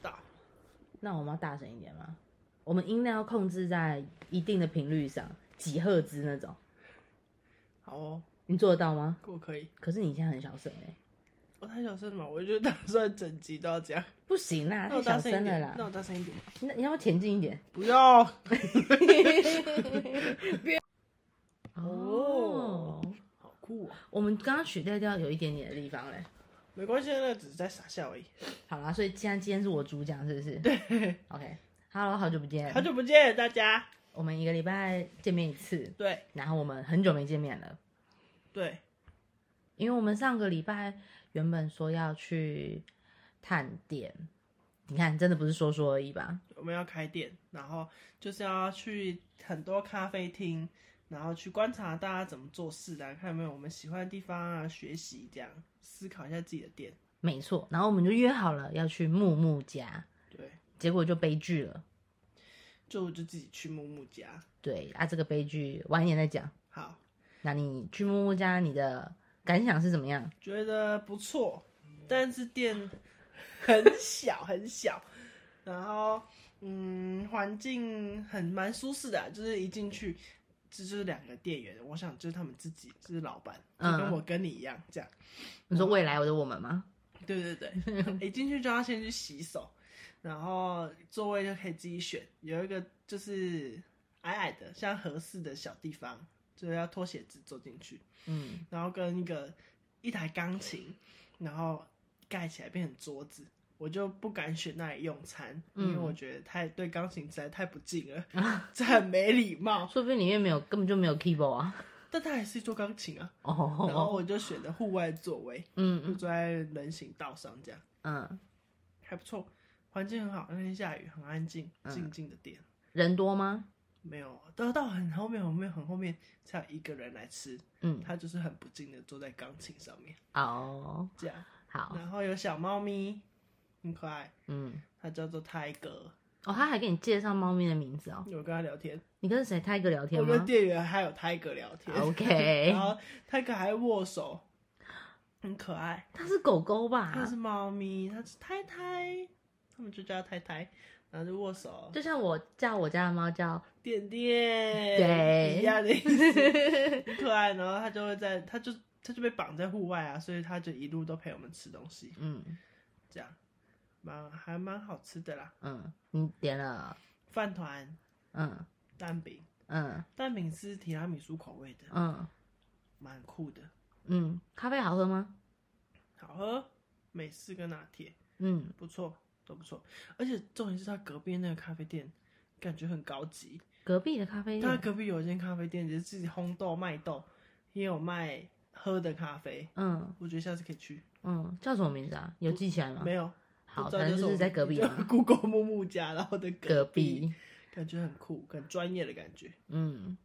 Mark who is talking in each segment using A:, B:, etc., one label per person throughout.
A: 大。
B: 那我们要大声一点吗？我们音量要控制在一定的频率上，几赫兹那种，
A: 好哦，
B: 你做得到吗？
A: 我可以。
B: 可是你现在很小声哎、
A: 我太小声了嘛，我就打算整集都要这样。
B: 不行啦，
A: 那
B: 太
A: 我
B: 小
A: 大声
B: 声
A: 一
B: 了
A: 点，
B: 啦
A: 那。我大声一点。
B: 那你要不要前进一点。
A: 不要，
B: 哦，
A: 好酷哦。
B: 我们刚刚取代掉有一点点的地方嘞。
A: 没关系，那只是在傻笑而已。
B: 好啦，所以既然今天是我主讲，是不是？对。OK，Hello，好久不见
A: 好。久不见大家，
B: 我们一个礼拜见面一次，
A: 对
B: 然后我们很久没见面了，
A: 对，
B: 因为我们上个礼拜原本说要去探店，你看，真的不是说说而已吧？
A: 我们要开店，然后就是要去很多咖啡厅，然后去观察大家怎么做事啊，看有没有我们喜欢的地方啊，学习这样，思考一下自己的店。
B: 没错，然后我们就约好了要去木木家，
A: 对，
B: 结果就悲剧了。
A: 就我就自己去木木家。
B: 对啊，这个悲剧晚一点再讲。
A: 好，
B: 那你去木木家，你的感想是怎么样？
A: 觉得不错，但是店很小很小，然后嗯，环境很蛮舒适的啊、就是一进去。这就是两个店员，我想就是他们自己，就是老板，就跟
B: 嗯
A: 我跟你一样这样。
B: 你说未来我的我们吗？
A: 对对对，一进去就要先去洗手，然后座位就可以自己选，有一个就是矮矮的像合适的小地方，就是要脱鞋子坐进去，
B: 嗯，
A: 然后跟一个一台钢琴，然后盖起来变成桌子。我就不敢选那里用餐，因为
B: 嗯
A: 我觉得太对钢琴实在太不敬了， 这很没礼貌。
B: 说不定里面没有，根本就没有 keyboard 啊。
A: 但它还是一座钢琴啊， 然后
B: 哦，
A: 我就选的户外座位，就
B: 嗯
A: 坐在人行道上这样。
B: 嗯，
A: 还不错，环境很好，那天下雨，很安静，
B: 嗯
A: 静静的店，
B: 人多吗？
A: 没有到到很后面，后面很后面才有一个人来吃，
B: 嗯，
A: 他就是很不敬的坐在钢琴上面
B: 哦，
A: 这样，
B: 好，
A: 然后有小猫咪，很可爱，
B: 嗯，
A: 它叫做泰哥，
B: 哦，他还给你介绍猫咪的名字哦。
A: 有跟他聊天，
B: 你跟谁泰哥聊天
A: 我跟
B: 吗啊
A: 店员还有泰哥聊天，
B: ？OK，
A: 然后泰哥还握手，很可爱，
B: 它是狗狗吧？
A: 它是猫咪，它是太太，他们就叫它太太，然后就握手，
B: 就像我叫我家的猫叫，
A: 点点，
B: 对
A: 一样的意思， 很可爱。然后他就会在，他就他就被绑在户外啊，所以他就一路都陪我们吃东西，
B: 嗯
A: 这样蛮还蛮好吃的啦。
B: 嗯，你点了，
A: 饭团、
B: 嗯
A: 蛋饼，
B: 嗯
A: 蛋饼是提拉米苏口味的，
B: 嗯
A: 蛮酷的，
B: 嗯，咖啡好喝吗？
A: 好喝。美式跟拿铁
B: 嗯，
A: 不错，都不错。而且重点是他隔壁那个咖啡店。感觉很高级，
B: 隔壁的咖啡
A: 他
B: 店，
A: 隔壁有一间咖啡店，就是自己烘豆卖豆，也有卖喝的咖啡。
B: 嗯
A: 我觉得下次可以去。
B: 嗯，叫什么名字啊？有记起来吗？
A: 没有，
B: 好，
A: 不知道
B: 反正
A: 是
B: 就
A: 我
B: 是
A: 们
B: 在隔壁
A: 就
B: 嘛，
A: Google 木木家，然后的
B: 隔
A: 壁，
B: 壁，
A: 感觉很酷，很专业的感觉。
B: 嗯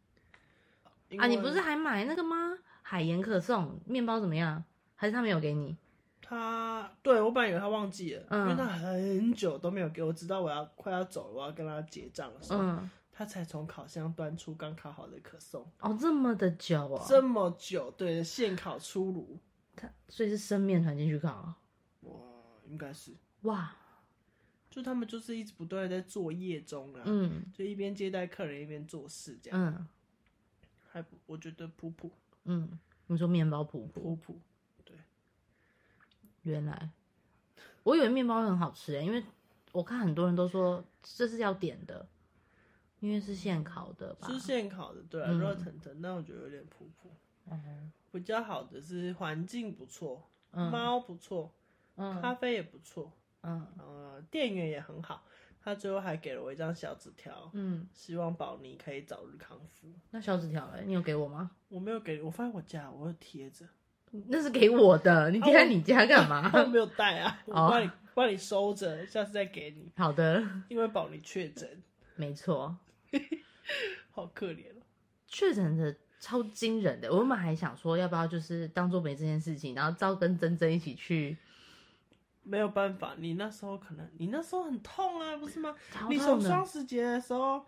A: 因
B: 啊，你
A: 为
B: 不是还买那个吗？海盐可颂面包怎么样？还是他没有给你？
A: 他？对我本来以为他忘记了，因为
B: 嗯
A: 他很久都没有给我，直到我要快要走了，我要跟他结账的时候，
B: 嗯，
A: 他才从烤箱端出刚烤好的可颂。
B: 哦，这么的久哦，
A: 这么久，对，现烤出炉，
B: 它所以是生面团进去烤哦，
A: 哇，应该是，
B: 哇，
A: 就他们就是一直不断的在作业中啊，
B: 嗯
A: 就一边接待客人一边做事，这样、
B: 嗯
A: 还不我觉得普普
B: 嗯，你说面包普普。
A: 普普，
B: 原来，我以为面包会很好吃欸诶、因为我看很多人都说这是要点的，因为是现烤的吧。
A: 是现烤的，对啊，
B: 嗯
A: 热腾腾，但我觉得有点普普。
B: 嗯
A: 比较好的是环境不错，
B: 嗯
A: 猫不错，咖
B: 嗯
A: 啡也不错，
B: 嗯
A: 呃，店员也很好。他最后还给了我一张小纸条，
B: 嗯，
A: 希望宝妮可以早日康复。
B: 那小纸条诶，你有给我吗？
A: 我没有给，我放在我家，我有贴着，
B: 那是给我的，你贴在你家干嘛？
A: 我 没有带啊，我
B: 哦
A: 帮你帮你收着，下次再给你。
B: 好的，
A: 因为宝妮确诊，
B: 没错，
A: 好可怜哦。
B: 确诊的超惊人的，我们还想说要不要就是当做没这件事情，然后照跟珍珍一起去。
A: 没有办法，你那时候可能你那时候很痛啊，不是吗？
B: 超
A: 你从
B: 痛
A: 双
B: 的，
A: 十节的时候，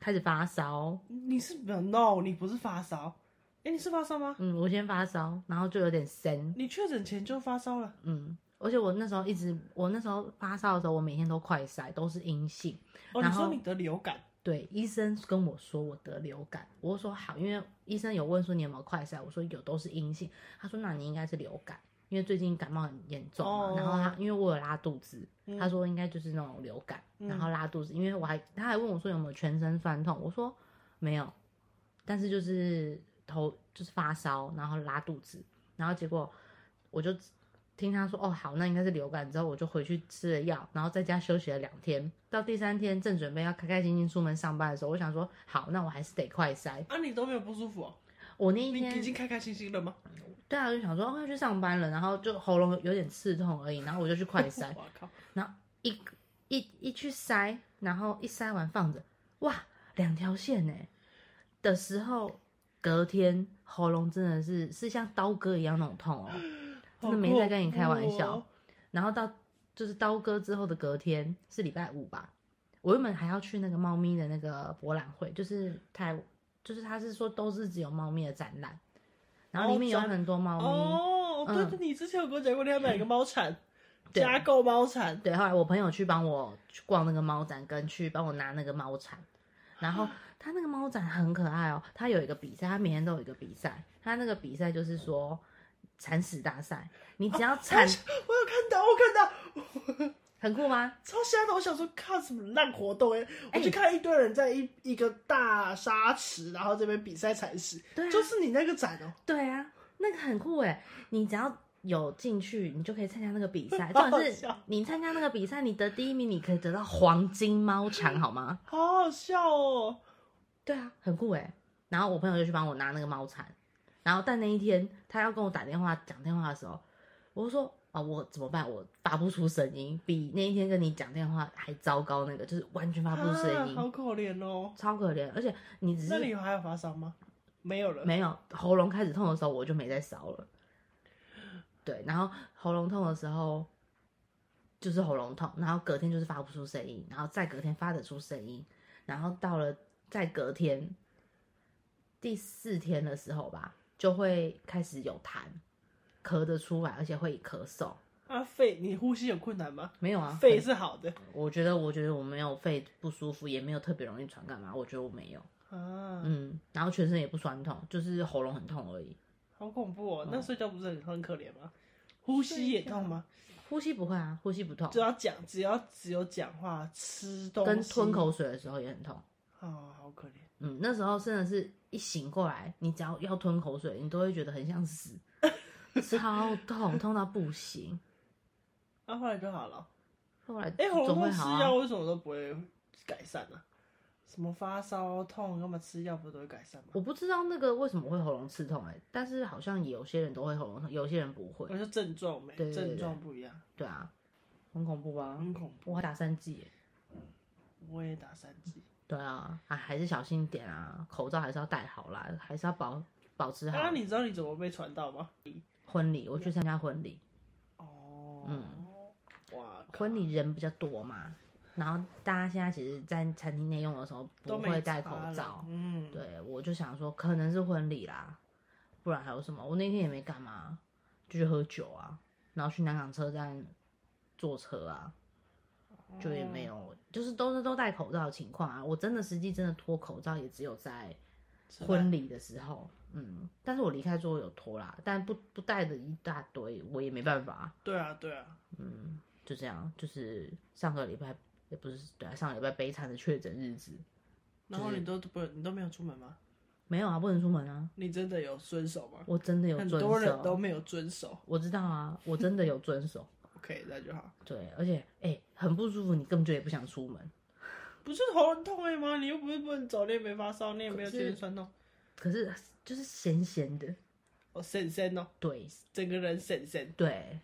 B: 开始发烧，
A: 你是没有 no，你不是发烧，哎、你是发烧吗？
B: 嗯，我先发烧，然后就有点生，
A: 你确诊前就发烧了
B: 嗯，而且我那时候一直，我那时候发烧的时候，我每天都快筛，都是阴性。
A: 哦，你
B: 然
A: 说
B: 后
A: 你得流感，
B: 对，医生跟我说我得流感，我说好，因为医生有问说你有没有快筛，我说有，都是阴性。他说那你应该是流感，因为最近感冒很严重嘛。然后他因为我有拉肚子，
A: 嗯
B: 他说应该就是那种流感，然后拉肚子，因为我还他还问我说有没有全身酸痛，我说没有，但是就是头就是发烧，然后拉肚子，然后结果我就听他说哦好，那应该是流感，之后我就回去吃了药，然后在家休息了两天。到第三天正准备要开开心心出门上班的时候，我想说好，那我还是得快筛。
A: 啊，你都没有不舒服哦？
B: 我那一
A: 你已
B: 天
A: 经开开心心了吗？
B: 对啊，我就想说哦要去上班了，然后就喉咙有点刺痛而已，然后我就去快 筛，
A: 我靠，
B: 一一一去筛，然后一筛完放着，哇，两条线呢的时候，隔天喉咙真的是是像刀割一样那种痛 哦。真的没在跟你开玩笑
A: 好恐怖哦。
B: 然后到就是刀割之后的隔天是礼拜五吧，我原本还要去那个猫咪的那个博览会，就是台，就是他是说都是只有猫咪的展览，然后里面有
A: 哦展
B: 很多猫咪。
A: 哦，对
B: 嗯
A: 对，你之前有跟我讲过，你还买了个猫铲，
B: 对
A: 加购猫铲，
B: 对，后来我朋友去帮我去逛那个猫展，跟去帮我拿那个猫铲。然后他那个猫展很可爱哦，他有一个比赛，他每天都有一个比赛。他那个比赛就是说铲屎大赛，你只要
A: 哦我有
B: 铲，
A: 看到，我有看到，
B: 很酷吗？
A: 超瞎的！我想说，靠，什么烂活动哎、
B: 哎
A: 我就看一堆人在一一个大沙池，然后这边比赛铲屎，
B: 对啊
A: 就是你那个展哦、
B: 对啊，那个很酷哎！你只要有进去，你就可以参加那个 比赛。
A: 好
B: 重
A: 好
B: 点是
A: 笑
B: 你参加那个比赛，你得第一名，你可以得到黄金猫铲，好吗？
A: 好好笑哦、
B: 对啊，很酷哎。然后我朋友就去帮我拿那个猫铲，然后但那一天他要跟我打电话讲电话的时候，我就说啊，我怎么办？我发不出声音，比那一天跟你讲电话还糟糕。那个就是完全发不出声
A: 啊，
B: 音，
A: 好可怜哦、
B: 超可怜。而且你只
A: 那你
B: 是
A: 有还有发烧吗？没有了，
B: 没有喉咙开始痛的时候，我就没再烧了。对，然后喉咙痛的时候就是喉咙痛，然后隔天就是发不出声音，然后再隔天发得出声音，然后到了再隔天第四天的时候吧，就会开始有痰，咳得出来，而且会咳嗽。
A: 啊，肺，你呼吸有困难吗？
B: 没有啊，
A: 肺
B: 很
A: 是好的
B: 我觉得，我觉得我没有肺不舒服，也没有特别容易传干嘛，我觉得我没有，
A: 啊，
B: 嗯，然后全身也不酸痛，就是喉咙很痛而已。
A: 好恐怖
B: 嗯
A: 哦、那睡觉不是很很可怜吗？呼吸也痛吗？
B: 呼吸不会啊，呼吸不痛
A: 只，要讲，只要只有讲话、吃东西，
B: 跟吞口水的时候也很痛。
A: 啊，好可怜。
B: 嗯，那时候真的是一醒过来，你只要要吞口水，你都会觉得很想 死，超痛，痛到不行。
A: 那、啊后来就好了。
B: 后来
A: 哎、喉咙
B: 总会
A: 痛吃
B: 好
A: 药
B: 啊。
A: 为什么都不会改善呢、啊什么发烧痛，干嘛吃药不都会改善吗？
B: 我不知道那个为什么会喉咙刺痛哎、但是好像有些人都会喉咙痛，有些人不
A: 我
B: 会。
A: 说症状没，
B: 对对对
A: 症状不一样，
B: 对啊，很恐怖吧？
A: 很恐怖。
B: 我还打三剂、欸。
A: 我也打三剂，
B: 对啊，啊还是小心点啊，口罩还是要戴好啦，还是要保保持好。
A: 那、啊你知道你怎么被传到吗？
B: 婚礼，我去参加婚礼，
A: 哦，
B: 嗯，
A: 哇靠，
B: 婚礼人比较多嘛，然后大家现在其实，在餐厅内用的时候不
A: 都
B: 会
A: 没
B: 戴
A: 差
B: 口
A: 了
B: 罩。
A: 嗯，
B: 对，我就想说可能是婚礼啦，不然还有什么？我那天也没干嘛，就去喝酒啊，然后去南港车站坐车啊，就也没
A: 哦
B: 有，就是都是都戴口罩的情况啊。我真的实际真的脱口罩也只有在
A: 吃饭
B: 婚礼的时候，嗯，但是我离开之后有脱啦，但不不戴的一大堆，我也没办法啊、
A: 对啊，对啊，
B: 嗯，就这样，就是上个礼拜也不是对啊，上个礼拜悲惨的确诊日子，
A: 然后你都不，你都没有出门吗？
B: 没有啊，不能出门啊，
A: 你真的有遵守吗？
B: 我真的有
A: 很
B: 遵
A: 多人都
B: 守，
A: 没有遵守
B: 我知道啊，我真的有遵守，
A: ，OK，那就好。
B: 对，而且哎、很不舒服，你根本就也不想出门，
A: 不是喉咙痛而已欸吗？你又不是不能走，你也没发烧，你也没有
B: 可是
A: 全身酸痛，
B: 可是就是咸咸的，
A: 哦，神神哦，
B: 对
A: 整个人神神。
B: 对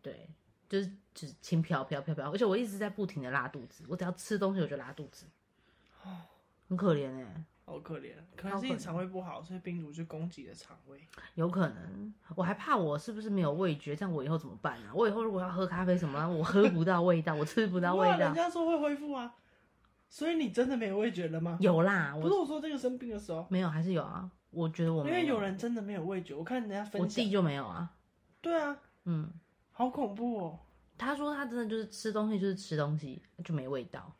B: 对，就是就是轻飘飘飘飘，而且我一直在不停的拉肚子，我只要吃东西我就拉肚子，
A: 哦
B: 很可怜哎、
A: 好可怜，啊可能是你肠胃不好，所以病毒就攻击了肠胃。
B: 有可能，我还怕我是不是没有味觉，这样我以后怎么办啊？我以后如果要喝咖啡什么，我喝不到味道，我吃不到味
A: 哇，人
B: 道。
A: 家说会恢复啊，所以你真的没有味觉了吗？
B: 有啦，
A: 不是
B: 我
A: 我说这个生病的时候，
B: 没有还是有啊。我觉得我
A: 因
B: 没
A: 为有人真的没有味觉，我看人家
B: 我
A: 分享
B: 弟，就没有啊。
A: 对啊，
B: 嗯，
A: 好恐怖哦！
B: 他说他真的就是吃东西就是吃东西就没味道。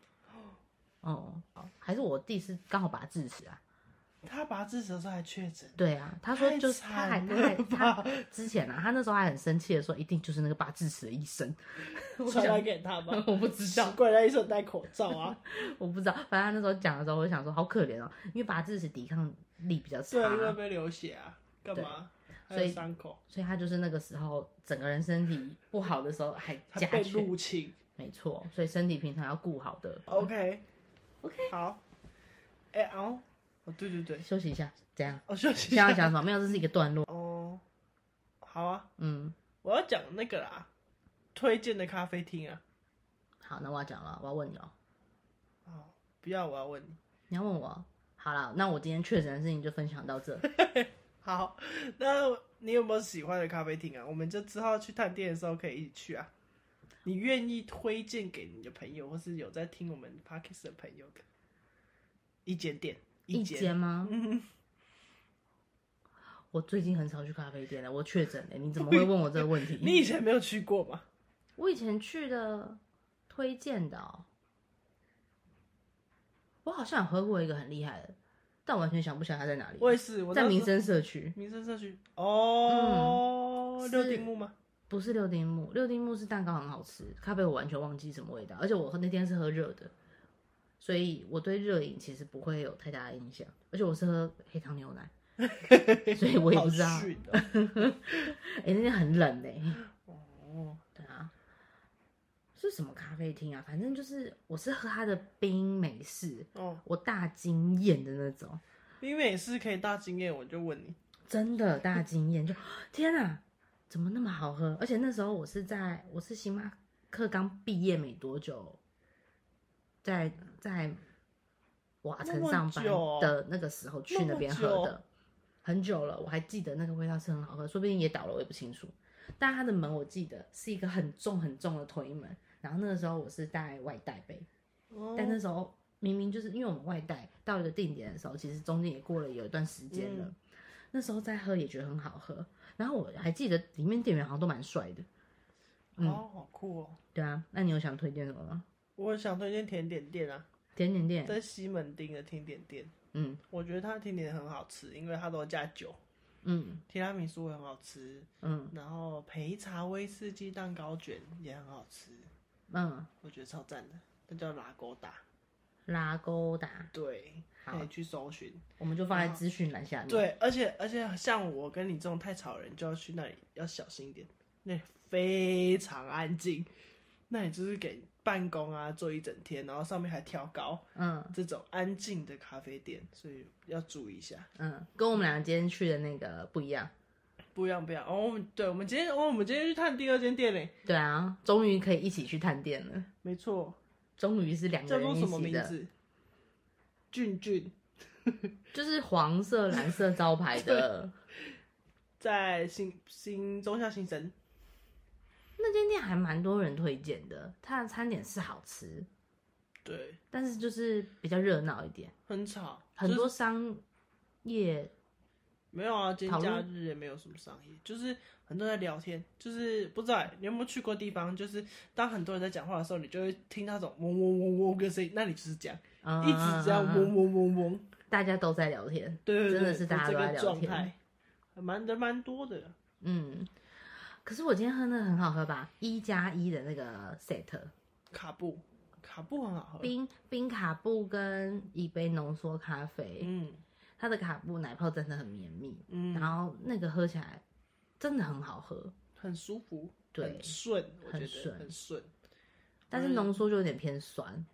B: 哦、嗯，还是我弟是刚好拔智齿啊？
A: 他拔智齿的时候还确诊，
B: 对啊，他说就是他
A: 太
B: 还他
A: 惨了
B: 还他之前啊，他那时候还很生气的说，一定就是那个拔智齿的医生。 我
A: 传
B: 想
A: 染给他吧。
B: 我不知道，
A: 怪他一生戴口罩啊，
B: 我不知道，反正他那时候讲的时候，我就想说好可怜哦，因为拔智齿抵抗力比较差
A: 对，，因为被流血啊，干嘛？还
B: 所
A: 有
B: 以
A: 伤口，
B: 所以他就是那个时候整个人身体不好的时候还
A: 他
B: 加
A: 被
B: 权，
A: 入侵。
B: 没错，所以身体平常要顾好的。
A: OK
B: 嗯 OK
A: 好。哎、哦，哦，对对对，
B: 休息一下，怎样？
A: 哦，休息一
B: 现在要
A: 下。
B: 讲什么？没有，这是一个段落。
A: 哦，好啊，
B: 嗯，
A: 我要讲那个啦，推荐的咖啡厅啊。
B: 好，那我要讲了，我要问你哦，
A: 哦，不要，我要问你。
B: 你要问我。好了，那我今天确诊的事情就分享到这。
A: 好，那你有没有喜欢的咖啡厅啊？我们就之后去探店的时候可以一起去啊。你愿意推荐给你的朋友，或是有在听我们 podcast 的朋友的 一间店？
B: 一
A: 间
B: 间吗？我最近很少去咖啡店了，我确诊了，你怎么会问我这个问题？
A: 你以前没有去过吗？
B: 我以前去的推荐的、哦，我好像有喝过一个很厉害的，但我完全想不起来它在哪里。
A: 我也是，我那
B: 在
A: 时候
B: 民生社区，
A: 民生社区哦，
B: 嗯
A: 六
B: 是
A: 丁目吗？
B: 不是六丁目，六丁目是蛋糕很好吃，咖啡我完全忘记什么味道，而且我喝那天是喝热的，所以我对热饮其实不会有太大的印象，而且我是喝黑糖牛奶， 所以我也不知道。
A: 好逊哦
B: 哎、那天很冷哎、
A: 哦，
B: 对啊，是什么咖啡厅啊？反正就是我是喝它的冰美式，
A: 哦，
B: 我大惊艳的那种，
A: 因为也是可以大经验，我就问你，
B: 真的
A: 嗯
B: 大惊艳，就天啊，怎么那么好喝？而且那时候我是在我是星巴克刚毕业没多久，在在瓦城上
A: 那
B: 班
A: 么久哦
B: 的那个时候去那边
A: 那
B: 喝
A: 么
B: 的
A: 久，
B: 很久了，我还记得那个味道是很好喝，说不定也倒了，我也不清楚。但它的门我记得是一个很重很重的推门，然后那个时候我是带外带杯，
A: 哦
B: 但那时候明明就是因为我们外带到一个定点的时候，其实中间也过了有一段时间了。
A: 嗯
B: 那时候再喝也觉得很好喝，然后我还记得里面店员好像都蛮帅的。嗯
A: 哦，好酷哦！
B: 对啊，那你有想推荐什么吗？
A: 我想推荐甜点店啊，
B: 甜点店，
A: 在西门町的甜点店，
B: 嗯
A: 我觉得它的甜点很好吃，因为它都加酒，
B: 嗯
A: 提拉米苏也很好吃，
B: 嗯
A: 然后焙茶威士忌蛋糕卷也很好吃，
B: 嗯，
A: 我觉得超赞的，那叫拉勾达，
B: 拉勾达，
A: 对，
B: 好
A: 可以去搜寻。
B: 我们就放在资讯栏下面。，
A: 哦对，而且而且像我跟你这种太吵的人，就要去那里要小心一点，那里非常安静，那里就是给办公啊坐一整天，然后上面还挑高
B: 嗯
A: 这种安静的咖啡店，所以要注意一下，
B: 嗯，跟我们两个今天去的那个不一样。
A: 不一样不一样。哦，我们对，我们今天哦，我们今天去探第二间店嘞，
B: 对啊，终于可以一起去探店了，
A: 没错，
B: 终于是两个
A: 叫
B: 人
A: 做
B: 一
A: 什么
B: 起
A: 名
B: 的，
A: 字？俊俊
B: 就是黄色、蓝色招 牌的。
A: 在新新中下新生，
B: 那间店还蛮多人推荐的，它的餐点是好吃，
A: 对，
B: 但是就是比较热闹一点，
A: 很吵，
B: 很
A: 就是
B: 多商业
A: 没有啊，今
B: 讨
A: 天假
B: 论
A: 日也没有什么商业，就是很多人在聊天，就是不知道欸你有没有去过地方，就是当很多人在讲话的时候，你就会听到那种嗡嗡嗡嗡的声音，那里就是这样，
B: 嗯
A: 一直这样嗡嗡嗡嗡，
B: 大家都在聊天，
A: 对对对，
B: 真的是大家
A: 这
B: 都在
A: 个
B: 聊
A: 状
B: 天，
A: 态，蛮人蛮多的，
B: 嗯。可是我今天喝那个很好喝吧，一加一的那个 set
A: 卡布卡布很好喝，
B: 冰冰卡布跟一杯浓缩咖啡，
A: 嗯
B: 它的卡布奶泡真的很绵密，
A: 嗯，
B: 然后那个喝起来真的很好喝，
A: 很舒服，
B: 对
A: 很顺，我
B: 很
A: 觉得
B: 顺
A: 很顺，
B: 但是
A: 嗯
B: 浓缩就有点偏酸，嗯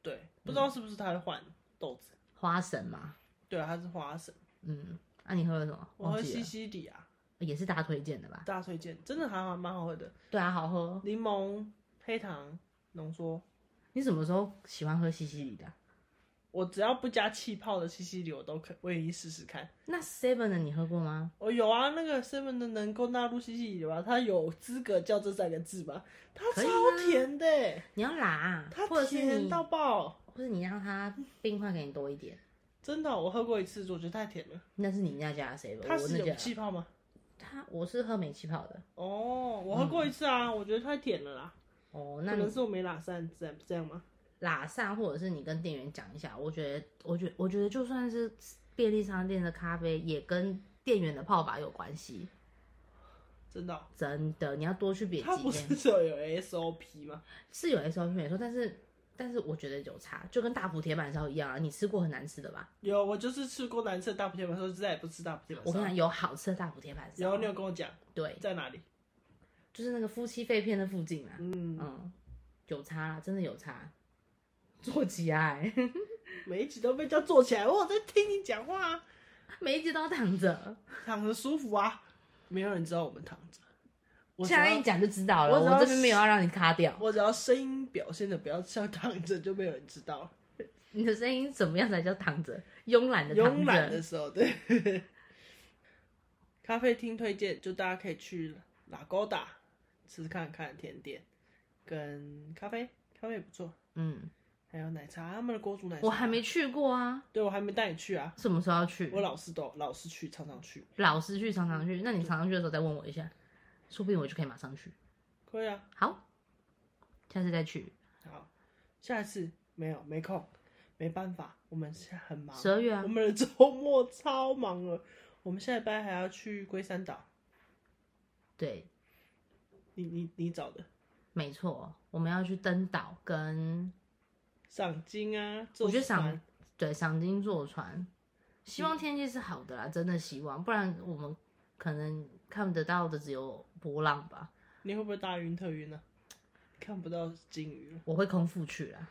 A: 对，不知道是不是他在换豆子，
B: 花神嘛，
A: 对啊，他是花生，
B: 嗯，那、你喝了什么？
A: 我
B: 忘
A: 喝
B: 记了
A: 西西里啊，
B: 也是大推荐的吧？
A: 大推荐，真的还蛮蛮好喝的。
B: 对啊，好喝。
A: 柠檬、黑糖浓缩。
B: 你什么时候喜欢喝西西里的啊？
A: 我只要不加气泡的西西里，我都可我愿意试试看。
B: 那 Seven 的你喝过吗？
A: 我、有啊，那个 seven 的能够纳入西西里的吧？它有资格叫这三个字吗？它
B: 可以啊
A: 超甜的欸、
B: 你要拿啊、
A: 它
B: 或者是
A: 甜
B: 你，
A: 到爆！
B: 或是你让它冰块给你多一点，
A: 真的，我喝过一次，我觉得太甜了。
B: 哦那是你那家的 Seven，
A: 它
B: 我
A: 是
B: 那
A: 有
B: 家
A: 气泡吗？
B: 它我是喝煤气泡的
A: 哦，我喝过一次啊，我觉得太甜了啦，
B: 哦，嗯那
A: 可能是我没拉散，这样这样吗？
B: 拉萨或者是你跟店员讲一下，我觉得，我觉得我觉得就算是便利商店的咖啡，也跟店员的泡法有关系。
A: 真的哦、
B: 真的，你要多去别
A: 它
B: 几
A: 不
B: 店
A: 是，只有有 SOP 吗？
B: 是有 SOP 没错，但是但是我觉得有差，就跟大埔铁板烧一样啊，你吃过很难吃的吧？
A: 有，我就是吃过难吃的大补铁板烧，就再也不吃大补铁板
B: 我跟你
A: 烧。
B: 讲，有好吃的大埔铁板烧
A: 有，你，有跟我讲
B: 对，
A: 在哪里？
B: 就是那个夫妻肺片的附近啊，
A: 嗯，
B: 嗯，有差啦，真的有差，做起来，
A: 每一集都被叫坐起来，我有在听你讲话、啊，
B: 每一集都要躺着，
A: 躺着舒服啊。没有人知道我们躺着，我只
B: 现在一
A: 要
B: 讲就知道了，
A: 我只要
B: 我这边没有要让你卡掉。
A: 我只要声音表现的不要像躺着，就没有人知道了。
B: 你的声音怎么样才叫躺着？慵懒的躺
A: 慵懒的
B: 着。
A: 时候，对。咖啡厅推荐，就大家可以去拉勾达吃看看甜点跟咖啡，咖啡也不错，
B: 嗯，
A: 还有奶茶，他们的锅煮奶茶。
B: 我还没，去过啊，
A: 对我还没带你去啊，
B: 什么时候要去
A: 我？老是都老是去，常常去。
B: 老师去，常常去。那你常常去的时候再问我一下，说不定我就可以马上去。
A: 可以啊，
B: 好，下次再去。
A: 好，下一次没有没空，没办法，我们现在很忙，
B: 十二月啊
A: 我，们的周末超忙了，我们下礼拜还要去龟山岛，
B: 对，
A: 你你你找的
B: 没错，我们要去登岛跟
A: 赏金啊，
B: 我觉得
A: 赏。
B: 赏对赏金坐船，希
A: 嗯
B: 望天气是好的啦，真的希望，不然我们可能看得到的只有波浪吧。
A: 你会不会大晕特晕呢、看不到金鱼了。
B: 我会空腹去啦，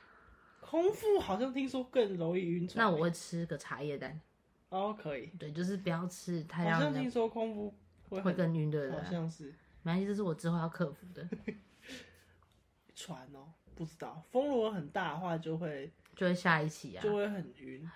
A: 空腹好像听说更容易晕船。
B: 那我会吃个茶叶蛋，
A: 哦可以，
B: 对，就是不要吃太
A: 好
B: 让
A: 像
B: 人
A: 听
B: 家
A: 说空腹会
B: 会
A: 很
B: 更晕，对不对
A: 好？像是
B: 没关系，这是我之后要克服 的，
A: 船哦，不知道风如果很大的话就会
B: 就会下一期啊
A: 就。会很晕。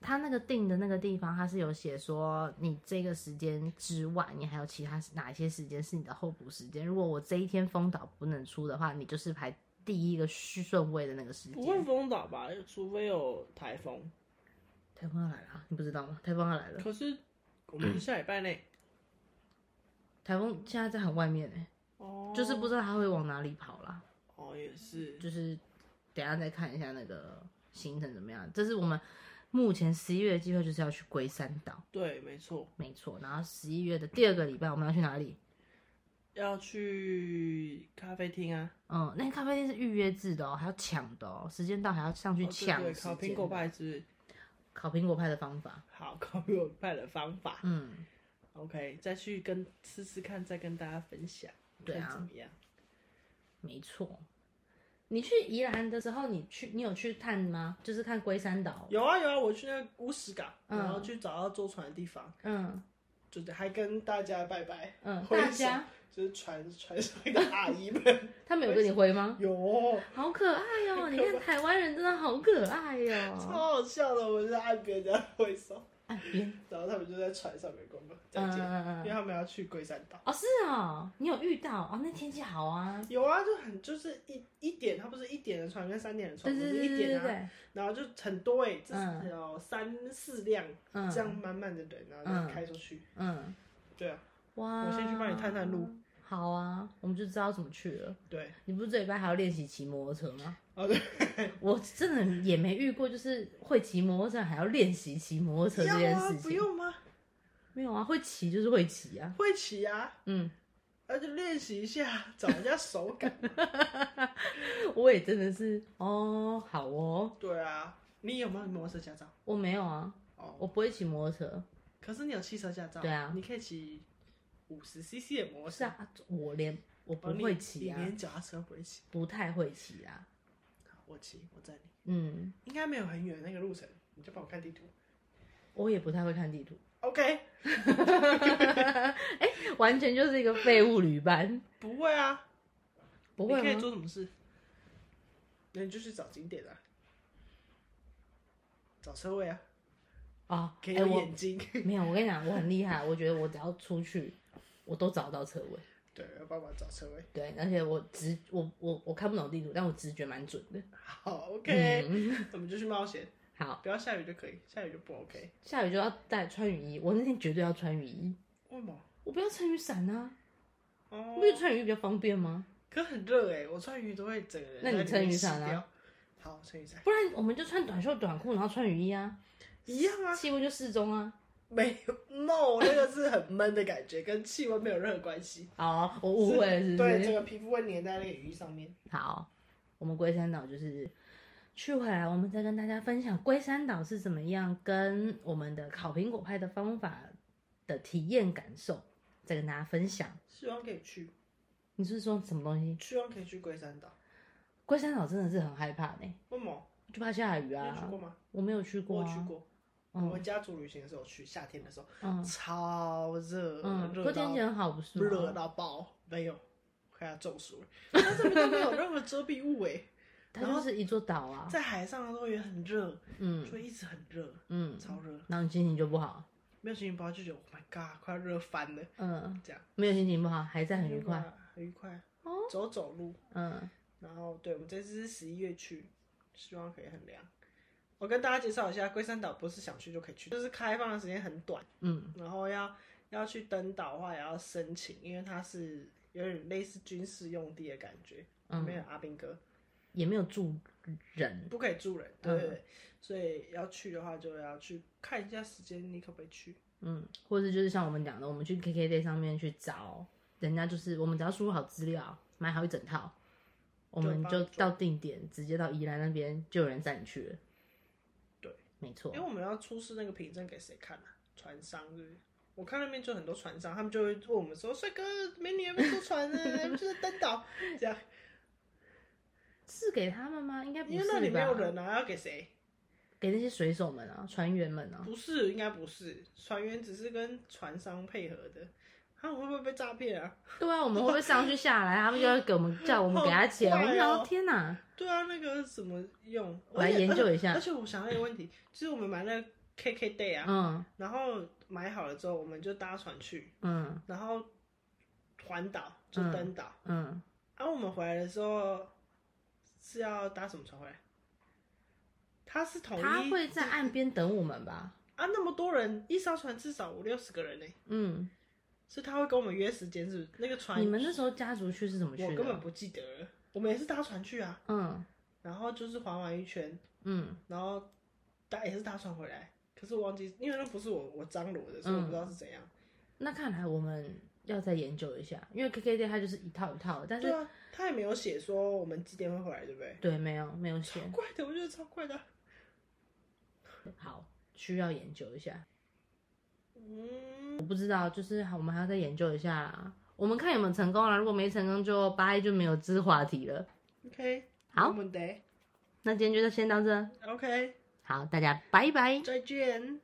B: 他那个定的那个地方，他是有写说，你这个时间之外，你还有其他哪些时间是你的候补时间？如果我这一天封岛不能出的话，你就是排第一个序顺位的那个时
A: 不会
B: 间。
A: 风岛吧？除非有台风。
B: 台风要来了啊，你不知道吗？台风要来了，
A: 可是我们
B: 嗯
A: 下礼拜内
B: 台风现在在很外面呢、
A: 哦，
B: 就是不知道它会往哪里跑啦。
A: 哦也是
B: 就是等一下再看一下那个行程怎么样。这是我们目前十一月的计划，就是要去龟山岛，
A: 对，没错，
B: 没错。然后十一月的第二个礼拜，我们要去哪里？
A: 要去咖啡厅啊，
B: 嗯，那咖啡店是预约制的哦，还要抢的哦，时间到还要上去
A: 哦对
B: 抢
A: 对
B: 时
A: 烤
B: 间
A: 苹果，派是不是
B: 烤苹果派的方法。
A: 好烤苹果派的方法。
B: 嗯，
A: OK，再去跟试试看，再跟大家分享，
B: 对啊
A: 看怎么样？
B: 没错。你去宜兰的时候，你去你有去探吗？就是看龟山岛。
A: 有啊有啊，我去那个乌石港，
B: 嗯
A: 然后去找到坐船的地方，
B: 嗯
A: 就是还跟大家拜拜，
B: 嗯，
A: 挥手
B: 大家
A: 就是船船上的阿姨 们
B: 他们有跟你回吗？
A: 有，
B: 好可爱 哦！你看台湾人真的好可爱
A: 超
B: 哦。
A: 好笑的，我就在岸边这样挥手，
B: 哎嗯
A: 然后他们就在船上面公公再
B: 嗯
A: 见，
B: 嗯
A: 因为
B: 嗯，
A: 他们要去龟山岛。
B: 哦是哦，你有遇到哦？那天气好啊。
A: 有啊，就很就是一一点，它不是一点的船跟三点的船，
B: 对对
A: 我
B: 对
A: 是一
B: 对对
A: 点啊，
B: 对，
A: 然后就很多哎、
B: 嗯
A: 这有三四辆、
B: 嗯
A: 这样满满的人，然后
B: 嗯
A: 就开出去，
B: 嗯，
A: 对啊。
B: 哇！
A: 我先去帮你探探路。
B: 好啊，我们就知道怎么去了。
A: 对，
B: 你不是这礼拜还要练习骑摩托车吗？
A: 哦对，
B: 我真的也没遇过，就是会骑摩托车还要练习骑摩托车这件
A: 要啊
B: 事，
A: 不
B: 情。
A: 用吗？
B: 没有啊，会骑就是会骑啊。
A: 会骑啊，
B: 嗯，
A: 那就练习一下，找人家手感。
B: 我也真的是哦，好哦，
A: 对啊，你有没有摩托车驾照？
B: 我没有啊，
A: 哦，
B: 我不会骑摩托车。
A: 可是你有汽车驾照，
B: 对啊
A: 你可以骑五十 CC 的摩托
B: 是
A: 车。
B: 啊，我连我不
A: 哦，你
B: 会骑啊
A: 你，连脚踏车不会骑。
B: 不太会骑啊。
A: 好，我骑，我载你，
B: 嗯，
A: 应该没有很远那个路程，你就帮我看地图。
B: 我也不太会看地图，
A: OK，
B: 完全就是一个废物旅伴。
A: 不会啊，
B: 不会
A: 你可以
B: 吗？
A: 做什么事？那你就去找景点啊，找车位啊，
B: 啊，
A: 给
B: 哎、
A: 有
B: 我
A: 眼睛。
B: 没有，我跟你讲，我很厉害，我觉得我只要出去，我都找到车位。
A: 对，要帮忙找车位。
B: 对，而且我直我我我看不懂地图，但我直觉蛮准的。
A: 好，OK，、
B: 嗯，
A: 我们就去冒险。
B: 好，
A: 不要下雨就可以，下雨就不 OK。
B: 下雨就要带穿雨衣，我那天绝对要穿雨衣，
A: 为什么？
B: 我不要撑雨伞啊，
A: 哦
B: 不，是穿雨衣比较方便吗？
A: 可很热哎、我穿雨衣都会整个人。
B: 那你撑雨伞啊？
A: 好，撑雨伞
B: 不然我们就穿短袖短裤，然后穿雨衣啊，
A: 一样 啊，
B: 气温就适中啊。
A: 没有 no，那个是很闷的感觉，跟气温没有任何关系。
B: 哦，我误会了，是不
A: 对，
B: 是？
A: 整个皮肤会粘在那个雨衣上面。
B: 好，我们龟山岛就是去回来，我们再跟大家分享龟山岛是怎么样，跟我们的烤苹果派的方法的体验感受，再跟大家分享。
A: 希望可以去，
B: 你是说什么东西？
A: 希望可以去龟山岛。
B: 龟山岛真的是很害怕呢，
A: 为什么？
B: 就怕下雨
A: 你有去
B: 啊
A: 过。吗？
B: 我没有去
A: 我
B: 过、啊，
A: 去过。我
B: 嗯
A: 们家族旅行的时候去，夏天的时候
B: 嗯
A: 超热，
B: 嗯，
A: 热
B: 可天
A: 到
B: 气很好，不是
A: 热
B: 吗？
A: 到爆，没有，快要中暑了。它这边都没有任何遮蔽物哎，
B: 它就是一座岛啊，
A: 在海上的时候也很热，
B: 嗯
A: 就一直很热，
B: 嗯，
A: 超热。
B: 然后你心情就不好，
A: 没有心情不好就觉得 Oh my God，快要热翻了，
B: 嗯，
A: 这样
B: 没有心情不好，还在很愉快，，
A: 很愉快
B: 哦。
A: 走走路，
B: 嗯，
A: 然后对我们这次是十一月去，希望可以很凉。我跟大家介绍一下，龟山岛不是想去就可以去，就是开放的时间很短，
B: 嗯，
A: 然后要要去登岛的话也要申请，因为它是有点类似军事用地的感觉，
B: 嗯
A: 没有阿兵哥，
B: 也没有住人，
A: 不可以住人，对对
B: 嗯
A: 对，所以要去的话就要去看一下时间，你可不可以去？
B: 嗯，或者就是像我们讲的，我们去 KKday 上面去找人家，就是我们只要输入好资料，买好一整套，我们
A: 就
B: 就
A: 帮助
B: 到定点，直接到宜兰那边就有人载你去了。
A: 对，
B: 没错
A: 因为。我们要出示那个凭证给谁看啊？船商是不是？我看那边就很多船商，他们就会问我们说：“帅哥，美女有没有坐船呢？ 我们就是登岛。”这样，
B: 是给他们吗？应该不
A: 因为
B: 是吧？
A: 那里没有人啊，要给谁？
B: 给那些水手们啊，船员们啊。
A: 不是，应该不是，船员只是跟船商配合的。他们会不会被诈骗啊？
B: 对啊，我们会不会上去下来，他们就要给我们叫我们给他 钱？
A: 好怪哦
B: 我们想说天哪，
A: 对啊，那个什么用？呃
B: 我来研究一下
A: 而且而且我想到一个问题，就是我们买那个 KK Day 啊，
B: 嗯
A: 然后买好了之后，我们就搭船去，
B: 嗯
A: 然后环岛就登岛。
B: 嗯，
A: 啊，我们回来的时候是要搭什么船回来？他是统一
B: 他会在岸边等我们吧？
A: 啊，那么多人，一艘船至少五六十个人呢、
B: 嗯，
A: 所以他会跟我们约时间，是不是？那个船
B: 你们那时候家族去是怎么去
A: 我
B: 的？啊
A: 根本不记得了，我们也是搭船去啊，
B: 嗯
A: 然后就是环完一圈，
B: 嗯
A: 然后搭也是搭船回来，可是我忘记，因为那不是我我张罗的，所以我
B: 嗯
A: 不知道是怎样。
B: 那看来我们要再研究一下，因为 KKday 它就是一套一套的，但是
A: 对啊，他也没有写说我们几点会回来，对不对？
B: 对没有没有写，
A: 怪的，我觉得超怪的。
B: 好，需要研究一下。
A: 嗯，
B: 我不知道，就是我们还要再研究一下啦。我们看有没有成功啊啦，如果没成功就八一就没有这话题了。
A: OK，
B: 好
A: 我们得
B: 那今天就先到这，
A: OK，
B: 好，大家拜拜。
A: 再见。